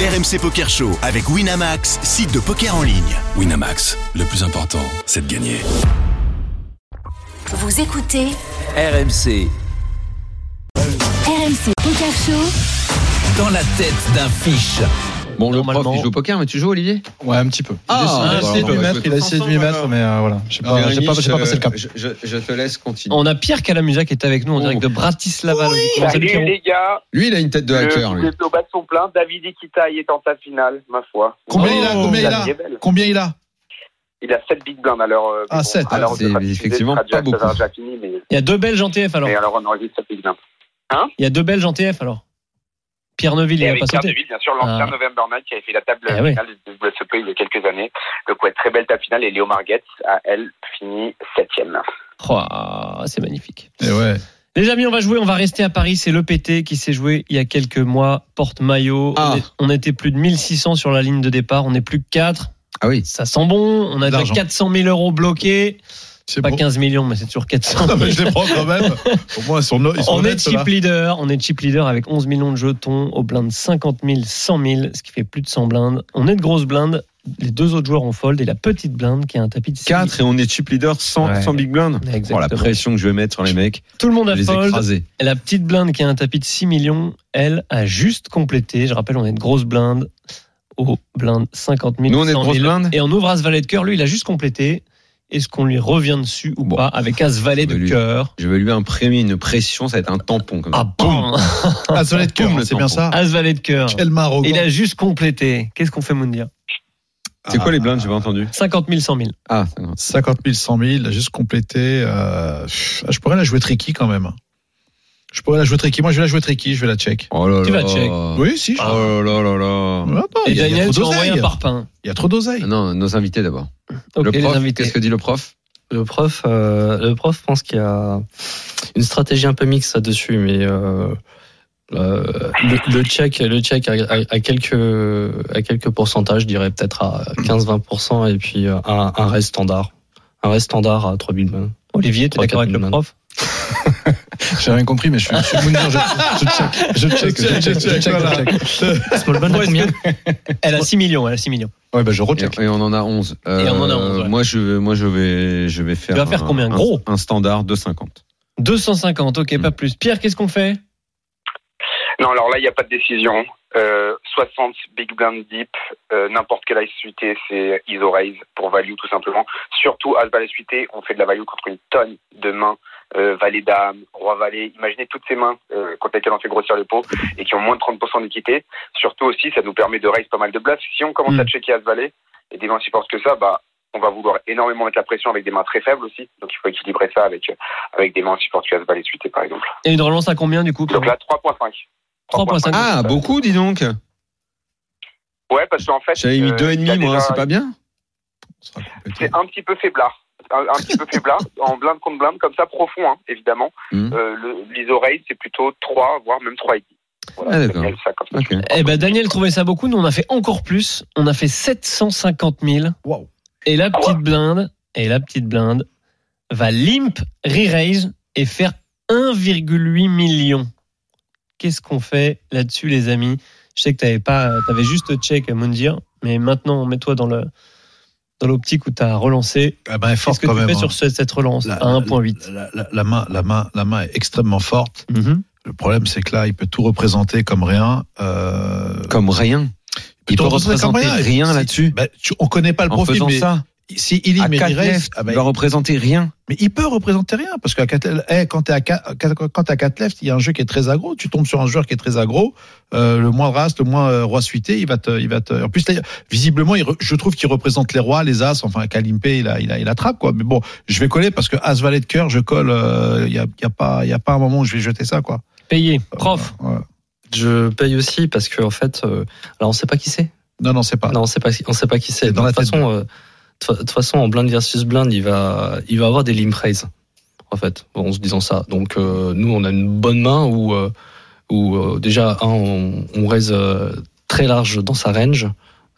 RMC Poker Show avec Winamax, site de poker en ligne. Winamax, le plus important, c'est de gagner. Vous écoutez RMC, RMC Poker Show. dans la tête d'un fiche. Bon, le prof, Normalement. il joue au poker, mais tu joues, Olivier Ouais, un petit peu. Ah, il a essayé de bah, lui bah, mettre, il a essayé de lui mettre, mais euh, voilà. J'ai pas, j'ai pas, j'ai pas passé le cap. Je, je, je te laisse continuer. On a Pierre Calamusa qui est avec nous en direct de Bratislava. Salut les gars, Lui, il a une tête de le hacker, lui. au bas de son plein, David Iquitaï est en ta finale, ma foi. Oh, Combien il a Combien il La vie a est belle. Combien il a Il a 7 big blinds à l'heure. euh, Ah, bon, sept, à l'heure ah, de c'est Patrick Vizet, effectivement Radja, pas beaucoup. César Jacquini, mais, Il y a deux Belges en TF alors. mais alors on enregistre 7 big blinds. Il y a deux Belges en TF alors. Pierre Neuville, il Et n'a avec pas Pierre sauté. Deville, bien sûr, l'ancien Ah. November Night qui avait fait la table Eh finale du WSOP il y a quelques années. Donc ouais, très belle table finale et Léo Marguerite a, elle, fini 7ème. Oh, c'est magnifique. Eh ouais. Les amis, on va jouer, on va rester à Paris. C'est l'EPT qui s'est joué il y a quelques mois, porte-maillot. Ah. On est- On était plus de 1600 sur la ligne de départ, on est plus que 4. Ah oui. Ça sent bon, on a déjà D'argent. 400 000 euros bloqués. C'est Pas beau. 15 millions, mais c'est toujours 400 Non, 000. mais je les prends quand même. Au moins, ils sont, no- ils sont on est honnêtes, chip ceux-là. leader, on est chip leader avec 11 millions de jetons au blind 50 000, 100 000, ce qui fait plus de 100 blindes. On est de grosses blindes, les deux autres joueurs ont fold et la petite blinde qui a un tapis de 4 et on est chip leader sans, Ouais. sans big blind. Oh, la Exactement. pression que je vais mettre sur les mecs, Tout le monde je a vais les fold. écraser. Et La petite blinde qui a un tapis de 6 millions, elle a juste complété. Je rappelle, on est une grosse blinde. Au blinde 50 000. Nous, on est de 100 000. grosse blinde. Et on ouvre As Valet de cœur. Lui, il a juste complété. Est-ce qu'on lui revient dessus ou Bon. pas avec As Valet de Mais lui- cœur Je vais lui imprimer une pression, ça va être un tampon comme Ah ça. bon Ah, ça va être Boum, cœur, le c'est bien tampon. ça. As Valet de cœur. Quel marron. Ah, Il a juste complété. Qu'est-ce qu'on fait, Moundir Ah. C'est quoi les blindes, j'ai pas entendu 50 000, 100 000. Ah, ça commence. 50 000, 100 000, il a juste complété. euh, pff, Je pourrais la jouer tricky quand même. Je pourrais la jouer tricky. Moi, je vais la jouer tricky, je vais la check. oh là là. Tu vas check. Oui, si. je- Oh là là là là. Attends, Et il y a- il y a Ah. Daniel, trop tu as envoyé d'oseille. un parpaing. Il y a trop d'oseille. Ah, Non, nos invités d'abord. Ok, le les prof, invités. qu'est-ce que dit le prof Le prof, euh, le prof pense qu'il y a une stratégie un peu mixte là-dessus, mais euh, euh, le, le check, le check à, à- à quelques à quelques pourcentages, je dirais peut-être à 15-20 et puis euh, un, un reste standard, un reste standard à 3000 balles. Olivier, t'es Trois, d'accord quatre avec le mille. prof J'ai rien compris, mais je suis, je suis Mounir, je, je check, je check, je check, je check, je check. Small blind, à combien Elle a 6 millions, elle a 6 millions. Ouais, bah je et, recheck. et on en a 11. Et on en a 11, ouais. Moi, je, vais- moi je, vais, je vais faire. vas faire un- combien un- Gros Un standard de 50. 250, ok, Hmm. pas plus. Pierre, qu'est-ce qu'on fait Non, alors là, il n'y a pas de décision. Euh, 60 big blind deep, euh, n'importe quelle ice suité, c'est ISO raise pour value tout simplement. Surtout as valet suité, on fait de la value contre une tonne de mains. Euh, valet dame, roi valet, imaginez toutes ces mains euh, contre lesquelles on fait grossir le pot et qui ont moins de 30% d'équité. Surtout aussi, ça nous permet de raise pas mal de bluffs. Si on commence Mm. à checker as valet et des mains supportent que ça, bah on va vouloir énormément mettre la pression avec des mains très faibles aussi. Donc il faut équilibrer ça avec euh, avec des mains supportent que as valet suité par exemple. Et une relance à combien du coup Donc là 3.5. 3.5. Ah, beaucoup, dis donc. Ouais, parce qu'en fait. J'avais mis euh, il y a 2,5, moi, déjà- c'est pas bien. C'est un petit peu faiblard. Un, un petit peu faiblard, en blinde contre blinde, comme ça, profond, hein, évidemment. Mhm. Euh, le- L'ISO rate, c'est plutôt 3, voire même 3,5. Voilà, Ah, c'est d'accord. bien ça, comme ça. Ok. Eh ben Daniel trouvait ça beaucoup. Nous, on a fait encore plus. On a fait 750 000. Wow. Et la petite Ah blinde, et la petite blinde va limp re-raise et faire 1,8 million. Qu'est-ce qu'on fait là-dessus, les amis Je sais que t'avais pas, t'avais juste check Moundir, mais maintenant, mets-toi dans le dans l'optique où t'as relancé. Ah bah, elle est Qu'est-ce forte que quand tu même. fais hein. sur ce- cette relance La- à 1,8 La, la- la main, la main, la main est extrêmement forte. Mhm. Le problème, c'est que là, il peut tout représenter comme rien. Euh, Comme rien. il peut représenter rien Si- là-dessus. bah, tu- on connaît pas le En profil, faisant mais ça, si il à mais 4 il reste- left, ah bah, il va représenter rien. mais il peut représenter rien parce qu'à quatre, eh, quand t'es à quatre, quand t'es à quatre left, il y a un jeu qui est très aggro. Tu tombes sur un joueur qui est très aggro. euh, le moins race, le moins euh, roi suité, il va te, il va te. En plus, d'ailleurs, visiblement, il re- je trouve qu'il représente les rois, les as. Enfin, Kalimpe, il a, il a, il attrape quoi. Mais bon, je vais coller parce que as valet de cœur, je colle. euh, Il y a, il y a pas, il y a pas un moment où je vais jeter ça quoi. Payé, Euh, prof. Ouais. Je paye aussi parce que en fait, euh, alors on sait pas qui c'est. Non, non, c'est pas. Non, on sait pas, on sait pas qui c'est. C'est dans De la toute tête façon, euh, de fa- de toute façon, en blind versus blind, il va, il va avoir des limp raises. En fait, en se disant ça. Donc, euh, nous, on a une bonne main où, euh, où euh, déjà, un, on, on raise euh, très large dans sa range.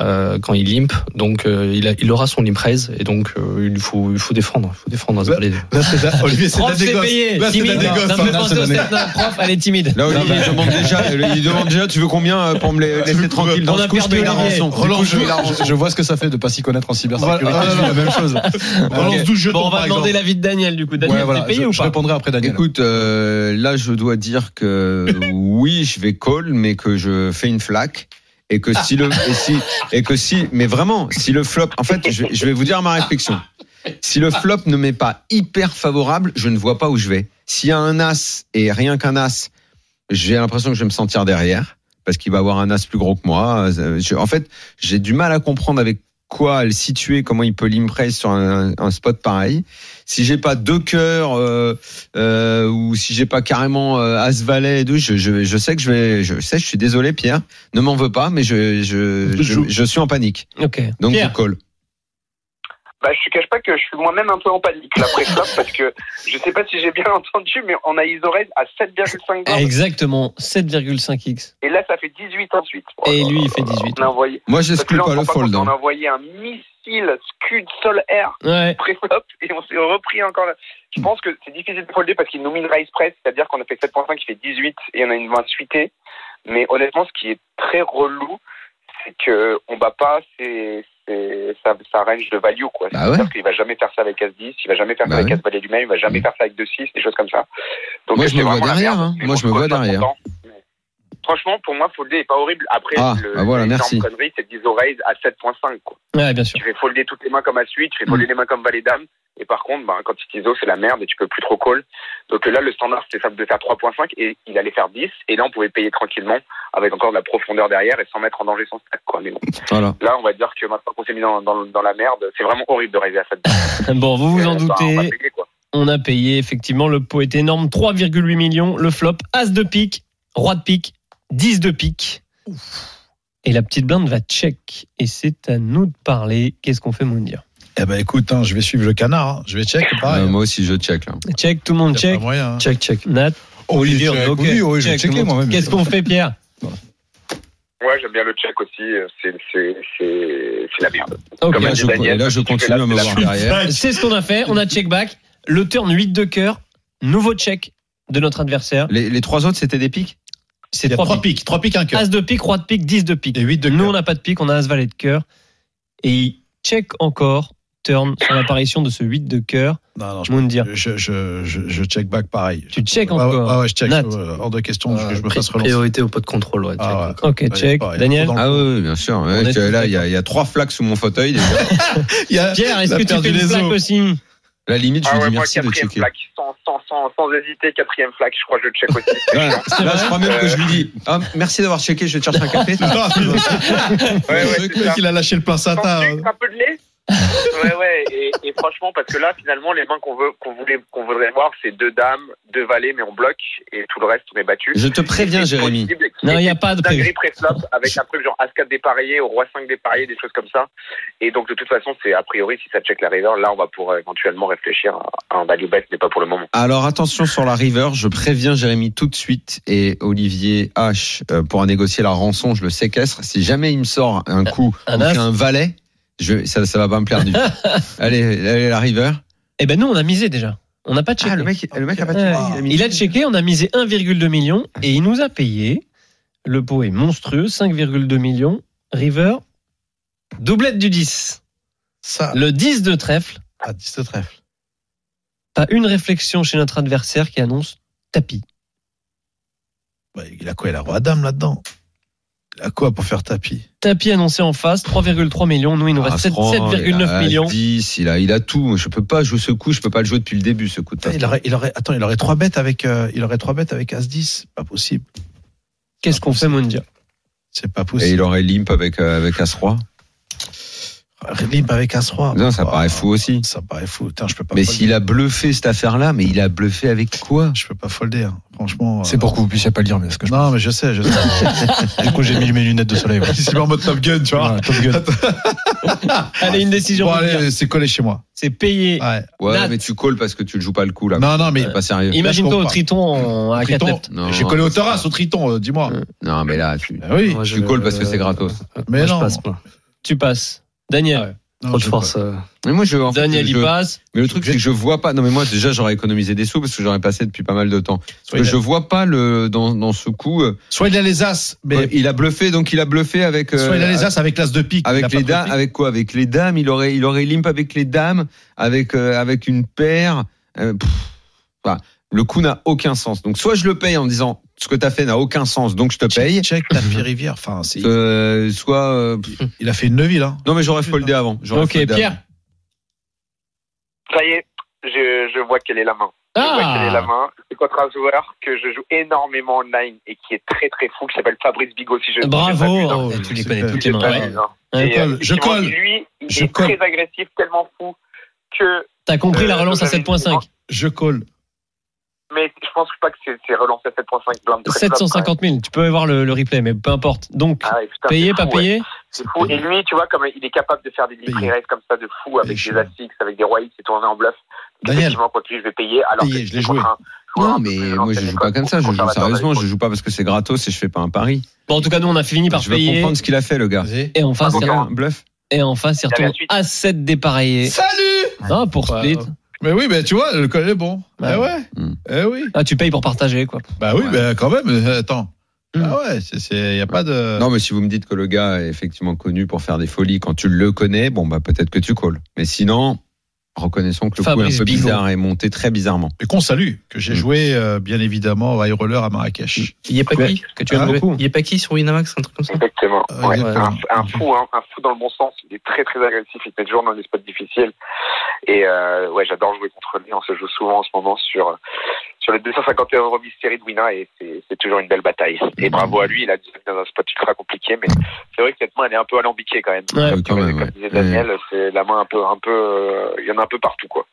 euh, quand il limp. Donc euh, il, a- il aura son limp raise et donc euh, il faut il faut défendre, il faut défendre à ce Bah, balai. Là, c'est la- Olivier, c'est la Prof, c'est dégosse. payé. Là, c'est la Timide. dégosse. Ça me fait Non, penser c'est au la stade d'un prof, elle est timide. Là, Olivier, il, demande déjà, il demande déjà, tu veux combien euh, pour me la- laisser tranquille dans On ce a coup, je perdu paye la Olivier. rançon. Du Roland coup, je Joux. paye la rançon. Je vois ce que ça fait de pas s'y connaître en cybersécurité. Voilà, je non, dis non, la même chose. Balance 12 jetons, Bon, on va par demander exemple. l'avis de Daniel, du coup. Ouais, Daniel, voilà, t'es payé je, ou je pas répondrai après Daniel. Écoute, euh, là, je dois dire que oui, je vais call, mais que je fais une flaque. Et que si le. Et, si, et que si. Mais vraiment, si le flop. En fait, je, je vais vous dire ma réflexion. Si le flop ne m'est pas hyper favorable, je ne vois pas où je vais. S'il y a un as, et rien qu'un as, j'ai l'impression que je vais me sentir derrière, parce qu'il va avoir un as plus gros que moi. Euh, je- en fait, j'ai du mal à comprendre avec quoi à le situer, comment il peut l'impresser sur un, un spot pareil. Si j'ai pas deux cœurs. euh, euh, ou si j'ai pas carrément euh, As Valet et deux, je, je, je sais que je vais, je sais, je suis désolé Pierre, ne m'en veux pas, mais je, je, je, je suis en panique. Ok. Donc Pierre. je colle. Bah, je te cache pas que je suis moi-même un peu en panique là après ça parce que je sais pas si j'ai bien entendu, mais on a Isorez à 7,5 blindes. Exactement, 7,5x. et là ça fait 18 ensuite. Et Eh. lui, il fait 18. On a envoyé. Moi, parce que j'exclus là, on pas s'en le rend fold. compte, On a hein. envoyé un missile Scud Sol Air Ouais. pré-flop et on s'est repris encore là. Je pense que c'est difficile de folder parce qu'il nous mine Rise Press, c'est-à-dire qu'on a fait 7.5 qui fait 18 et on a une 20 suitée. Mais honnêtement, ce qui est très relou, c'est que on bat pas ses, ses- sa, sa range de value. quoi. Bah C'est-à-dire ouais. qu'il va jamais faire ça avec As-10, il va jamais faire Bah ça avec ouais. As-Valet lui-même, il va jamais Mm. faire ça avec 2-6, des choses comme ça. Donc, Moi, euh, je c'est me vois vraiment la derrière, merde. hein. Mais Moi, bon, je me vois coach, pas derrière. content. Mais Franchement, pour moi, folder est pas horrible. Après, Ah, le, bah voilà, l'énorme merci. connerie, c'est 10 oreilles à 7.5. quoi ouais, bien sûr. tu fais folder toutes les mains comme à suite, tu fais folder les mains comme valet dame. Et par contre, ben, quand tu iso, c'est la merde et tu peux plus trop call. Donc euh, là, le standard, c'était simple de faire 3.5 et il allait faire 10. Et là, on pouvait payer tranquillement avec encore de la profondeur derrière et sans mettre en danger son stack. Quoi. Mais bon, Voilà. là, on va dire que maintenant qu'on s'est mis dans, dans, dans la merde, c'est vraiment horrible de rêver à ça. Bon, vous vous en Euh, ben, on va doutez, payer, quoi. on a payé, effectivement, le pot est énorme, 3,8 millions, le flop, as de pique, roi de pique, 10 de pique. Et la petite blinde va check. Et c'est à nous de parler. Qu'est-ce qu'on fait, Mounir Eh ben écoute, hein, je vais suivre le canard. hein. Je vais check, pareil. Euh, moi aussi, je check là. Check, tout le monde Y a pas check. moyen, hein. Check check. Nat, Olivier, ok, oui, oui, je vais check, tout checker le monde. moi-même. Qu'est-ce qu'on fait, Pierre Ouais, j'aime bien le check aussi. euh, C'est c'est- c'est- c'est la merde. Ok. Et Comme là, un je, Daniel, et là, je tu fais continue la- à me la- voir derrière. C'est ce qu'on a fait, on a check back. Le turn 8 de cœur, nouveau check de notre adversaire. Les, les trois autres, c'était des pics C'est Il y a 3 trois piques. piques, trois piques, un cœur. As de pique, roi de pique, 10 de pique. Et 8 de Nous, on cœur. n'a pas de pique, on a As valet de cœur. Et il check encore turn sur l'apparition de ce 8 de cœur. Non, non, je, Moundir, je, je, je, je check back pareil. tu check Ah ouais, encore. ah ouais, je check. Nat. Ah, euh, hors de question que je me Euh, fasse relancer. priorité au pot de contrôle. Ouais, check. Ah ouais. Ok, check. pareil, Daniel trop dans le- Ah oui, oui, bien sûr. Ouais, est tu- là, il y, a- il y a trois flaques sous mon fauteuil. Déjà. Il y a- Pierre, est-ce il a que tu perdu fais une les flaque os. aussi La limite, je Ah lui ouais, dis moi, merci de quatrième checker. flac, sans, sans, sans, sans hésiter, quatrième flac, je crois que je check aussi. Ouais, là, je crois hein même que je lui dis ah, merci d'avoir checké, je vais te chercher un café. Ah, Ouais, ouais, le c'est ça. mec, il a lâché le plein hein. Sans sata. sucre, un peu de lait Ouais, ouais, et, et franchement, parce que là, finalement, les mains qu'on veut, qu'on voulait, qu'on voudrait voir, c'est deux dames, deux valets, mais on bloque, et tout le reste, on est battu. Je te préviens, Jérémy. Non, il n'y a pas de prévu. Dinguerie pré-flop avec un truc genre As-4 dépareillé, au Roi 5 dépareillé, des choses comme ça. Et donc, de toute façon, c'est a priori, si ça check la river, là, on va pouvoir éventuellement réfléchir à un value bet, mais pas pour le moment. Alors attention sur la river, je préviens Jérémy tout de suite et Olivier H euh, pour négocier la rançon, je le séquestre. Si jamais il me sort un coup, un ou as. qu'il y a un valet, je, ça, ça va pas me plaire du tout. allez, allez la river. Eh ben, nous, on a misé déjà. On n'a pas Ah, checké. mec, Ah, le mec a pas Ouais, il a checké, on a misé 1,2 million et il nous a payé. Le pot est monstrueux, 5,2 millions. River, doublette du 10. Ça, Le 10 de trèfle, à 10 de trèfle. pas une réflexion chez notre adversaire qui annonce tapis. Bah, il a quoi Il a roi dame là-dedans. Il a quoi pour faire tapis Tapis annoncé en face, 3,3 millions. Nous, il Ah, nous reste sept- 7,9 millions. 10, il a, il a tout. Je peux pas jouer ce coup, je peux pas le jouer depuis le début, ce coup de Ah, Putain, il aurait, il aurait, attends, il aurait trois bêtes avec, euh, il aurait trois bêtes avec as 10. Pas possible. Qu'est-ce qu'on fait, Mondia C'est pas Et il possible. aurait limp avec, euh, avec As-Roi. Limp avec as roi. Non, ça Ah, Bah, paraît fou aussi. Ça paraît fou. Putain, je peux pas. Mais folder. s'il a bluffé cette affaire-là, mais il a bluffé avec quoi je peux pas folder. hein. Franchement. C'est euh, pour que vous puissiez pas le dire, mais ce que je. Non, mais je sais, je sais. Du coup, j'ai mis mes lunettes de soleil. ouais. C'est en mode Top Gun, tu vois. Ouais, Top Gun. Allez, une décision. Bon, Mondia. allez, Ah, c'est collé chez moi. C'est payé. Ouais. Ouais, Nat. mais tu calls parce que tu ne joues pas le coup, là. Non, non, mais C'est pas sérieux. Imagine-toi je au comprends triton en- à Triton. quatre left. Non, j'ai non. collé au terrasse, au triton, euh, dis-moi. Non, mais là, tu, Ah oui. Moi, tu je- colles parce que c'est gratos. Mais Moi, je non. passe, moi. tu passes. Daniel, Non, Trop de je- force. euh. Mais moi, je. en fait, Daniel, je- il passe. Mais le truc, c'est que je vois pas. Non, mais moi, déjà, j'aurais économisé des sous parce que j'aurais passé depuis pas mal de temps. Parce que Oui, je vois pas le dans, dans ce coup. euh, Soit il a les as, mais euh, il a bluffé, donc il a bluffé avec. euh, soit il a les as avec l'as de pique. il a Avec pas les trop de dames, pique. avec quoi Avec les dames, il aurait, il aurait limp avec les dames, avec euh, avec une paire. euh, pff, enfin, le coup n'a aucun sens. Donc soit je le paye en disant ce que t'as fait n'a aucun sens, donc je te paye. Check, check, tapis rivière. Enfin, c'est- Euh, soit euh, pff, il a fait une neville. Hein. non mais j'aurais foldé avant. J'aurais Ok, foldé Pierre. Ça y est, je, je vois quelle est la main. Je vois quelle est la Ah main. C'est contre un joueur que je joue énormément online et qui est très très fou, qui s'appelle Fabrice Bigot, si je Bravo. ne Oh, tu les connais super. toutes les sais pas. mains. Ouais. si Ouais. je dis pas bêtises, hein. Et, colle, euh, je effectivement, colle, Lui, il je est colle. très agressif, tellement fou que. T'as compris Euh, la relance à j'avais- 7.5. Je colle. Mais je pense pas que c'est c'est relancé à 7.5 blinde. 750 000. Tu peux voir le, le replay, mais peu importe. Donc, Ah ouais, putain, payé, c'est pas fou, ouais. payé. C'est fou. Et lui, tu vois, comme il est capable de faire des Payé. livrets comme ça de fou avec Payé, des Asics, avec des Rois X et tourner en bluff. Daniel. Effectivement, contre lui, je vais payer. Alors Payé, que je l'ai c'est joué. contre un avant. joueur Non un peu mais plus moi je ancien joue pas école, comme ça. Je joue conservateur sérieusement. de Je joue pas parce que c'est gratos et je fais pas un pari. Bon, en tout cas, nous, on a fini par Je veux payer. comprendre ce qu'il a fait le gars. Et en face, Ah, bon, il- C'est un bluff. et en face, il Il y avait retourne la suite. à 7 dépareillés. Salut Ah, pour Bah, split. Mais oui, mais tu vois, le colle est bon. Ouais. Eh ouais. Hmm. Eh oui. Ah, tu payes pour partager, quoi. Bah oui, Ouais. mais quand même, euh, attends. Hmm. Ah ouais, c'est- c'est, y a pas de. Non mais si vous me dites que le gars est effectivement connu pour faire des folies quand tu le connais, bon bah peut-être que tu colles. Mais sinon, reconnaissons que le coup est Fabrice un peu Bigot. bizarre et monté très bizarrement. Et qu'on salue, que j'ai Hmm. joué, euh, bien évidemment, au High Roller à Marrakech. Il est pas Ouais, qui que tu aimes beaucoup. Il est pas qui sur Winamax, un truc comme ça Exactement. Euh, Ouais. exactement. Un, Ah. un fou, hein, un fou dans le bon sens. Il est très très agressif. Il te met toujours dans des spots difficiles. Et euh, ouais, j'adore jouer contre lui. On se joue souvent en ce moment sur sur le 251 euros série de Wina et c'est c'est toujours une belle bataille. Et bravo à lui. Il a dû dans un spot ultra compliqué, mais c'est vrai que cette main elle est un peu alambiquée quand même. Ouais. Oui, quand même, comme ouais. disait Daniel, c'est la main un peu un peu. euh, Il y en a un peu partout quoi.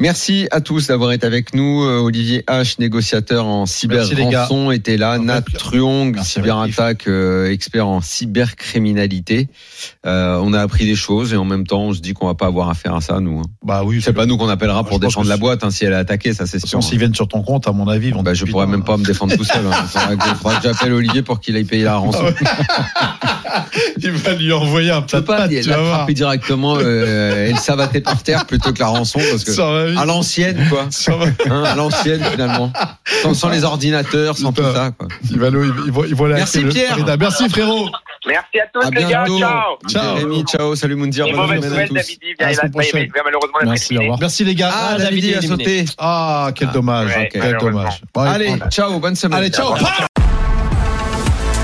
Merci à tous d'avoir été avec nous. Euh, Olivier H, négociateur en cyber Merci, les gars. rançon, était là. En fait, Nat Pierre. Truong, Merci, cyberattaque, euh, expert en cybercriminalité. Euh, on a appris des choses et en même temps, on se dit qu'on va pas avoir affaire à ça, nous. hein. Bah oui, C'est pas nous qu'on appellera Moi, pour je pense défendre que la c'est- boîte hein, si elle a attaqué, ça c'est De toute sûr. façon, s'ils viennent sur ton compte, à mon avis, ils vont Bah, te je dire, pourrais putain, même pas me défendre tout seul. Hein. Faudra que- faudra que j'appelle Olivier pour qu'il aille payer la rançon. Ah Il va lui envoyer un Je plat peux de pâtes, pas tu vas voir. l'attraper directement euh, et le savater par terre plutôt que la rançon parce que Ça va vite. à l'ancienne quoi. Ça va. Hein, à l'ancienne finalement. Sans, sans les ordinateurs, sans tout ça. Quoi. Il va le- il va- il va Merci, l'acter, le- Pierre. Frida. Merci frérot. Merci à tous À les gars. bientôt. Ciao. Ciao. Jérémy, ciao. Salut Moundir. Et Bonne mauvaise semaine à nouvelle, tous. David. Il vient- À la il semaine va- il va- il va malheureusement la Merci, au revoir. Merci les gars. Ah, David a sauté. Ah, quel dommage. ouais, hein, quel malheureusement. dommage. Bon, Allez, ciao. Bonne semaine. allez, ciao.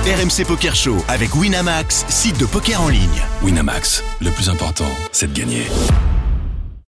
RMC Poker Show avec Winamax, site de poker en ligne. Winamax, le plus important, c'est de gagner.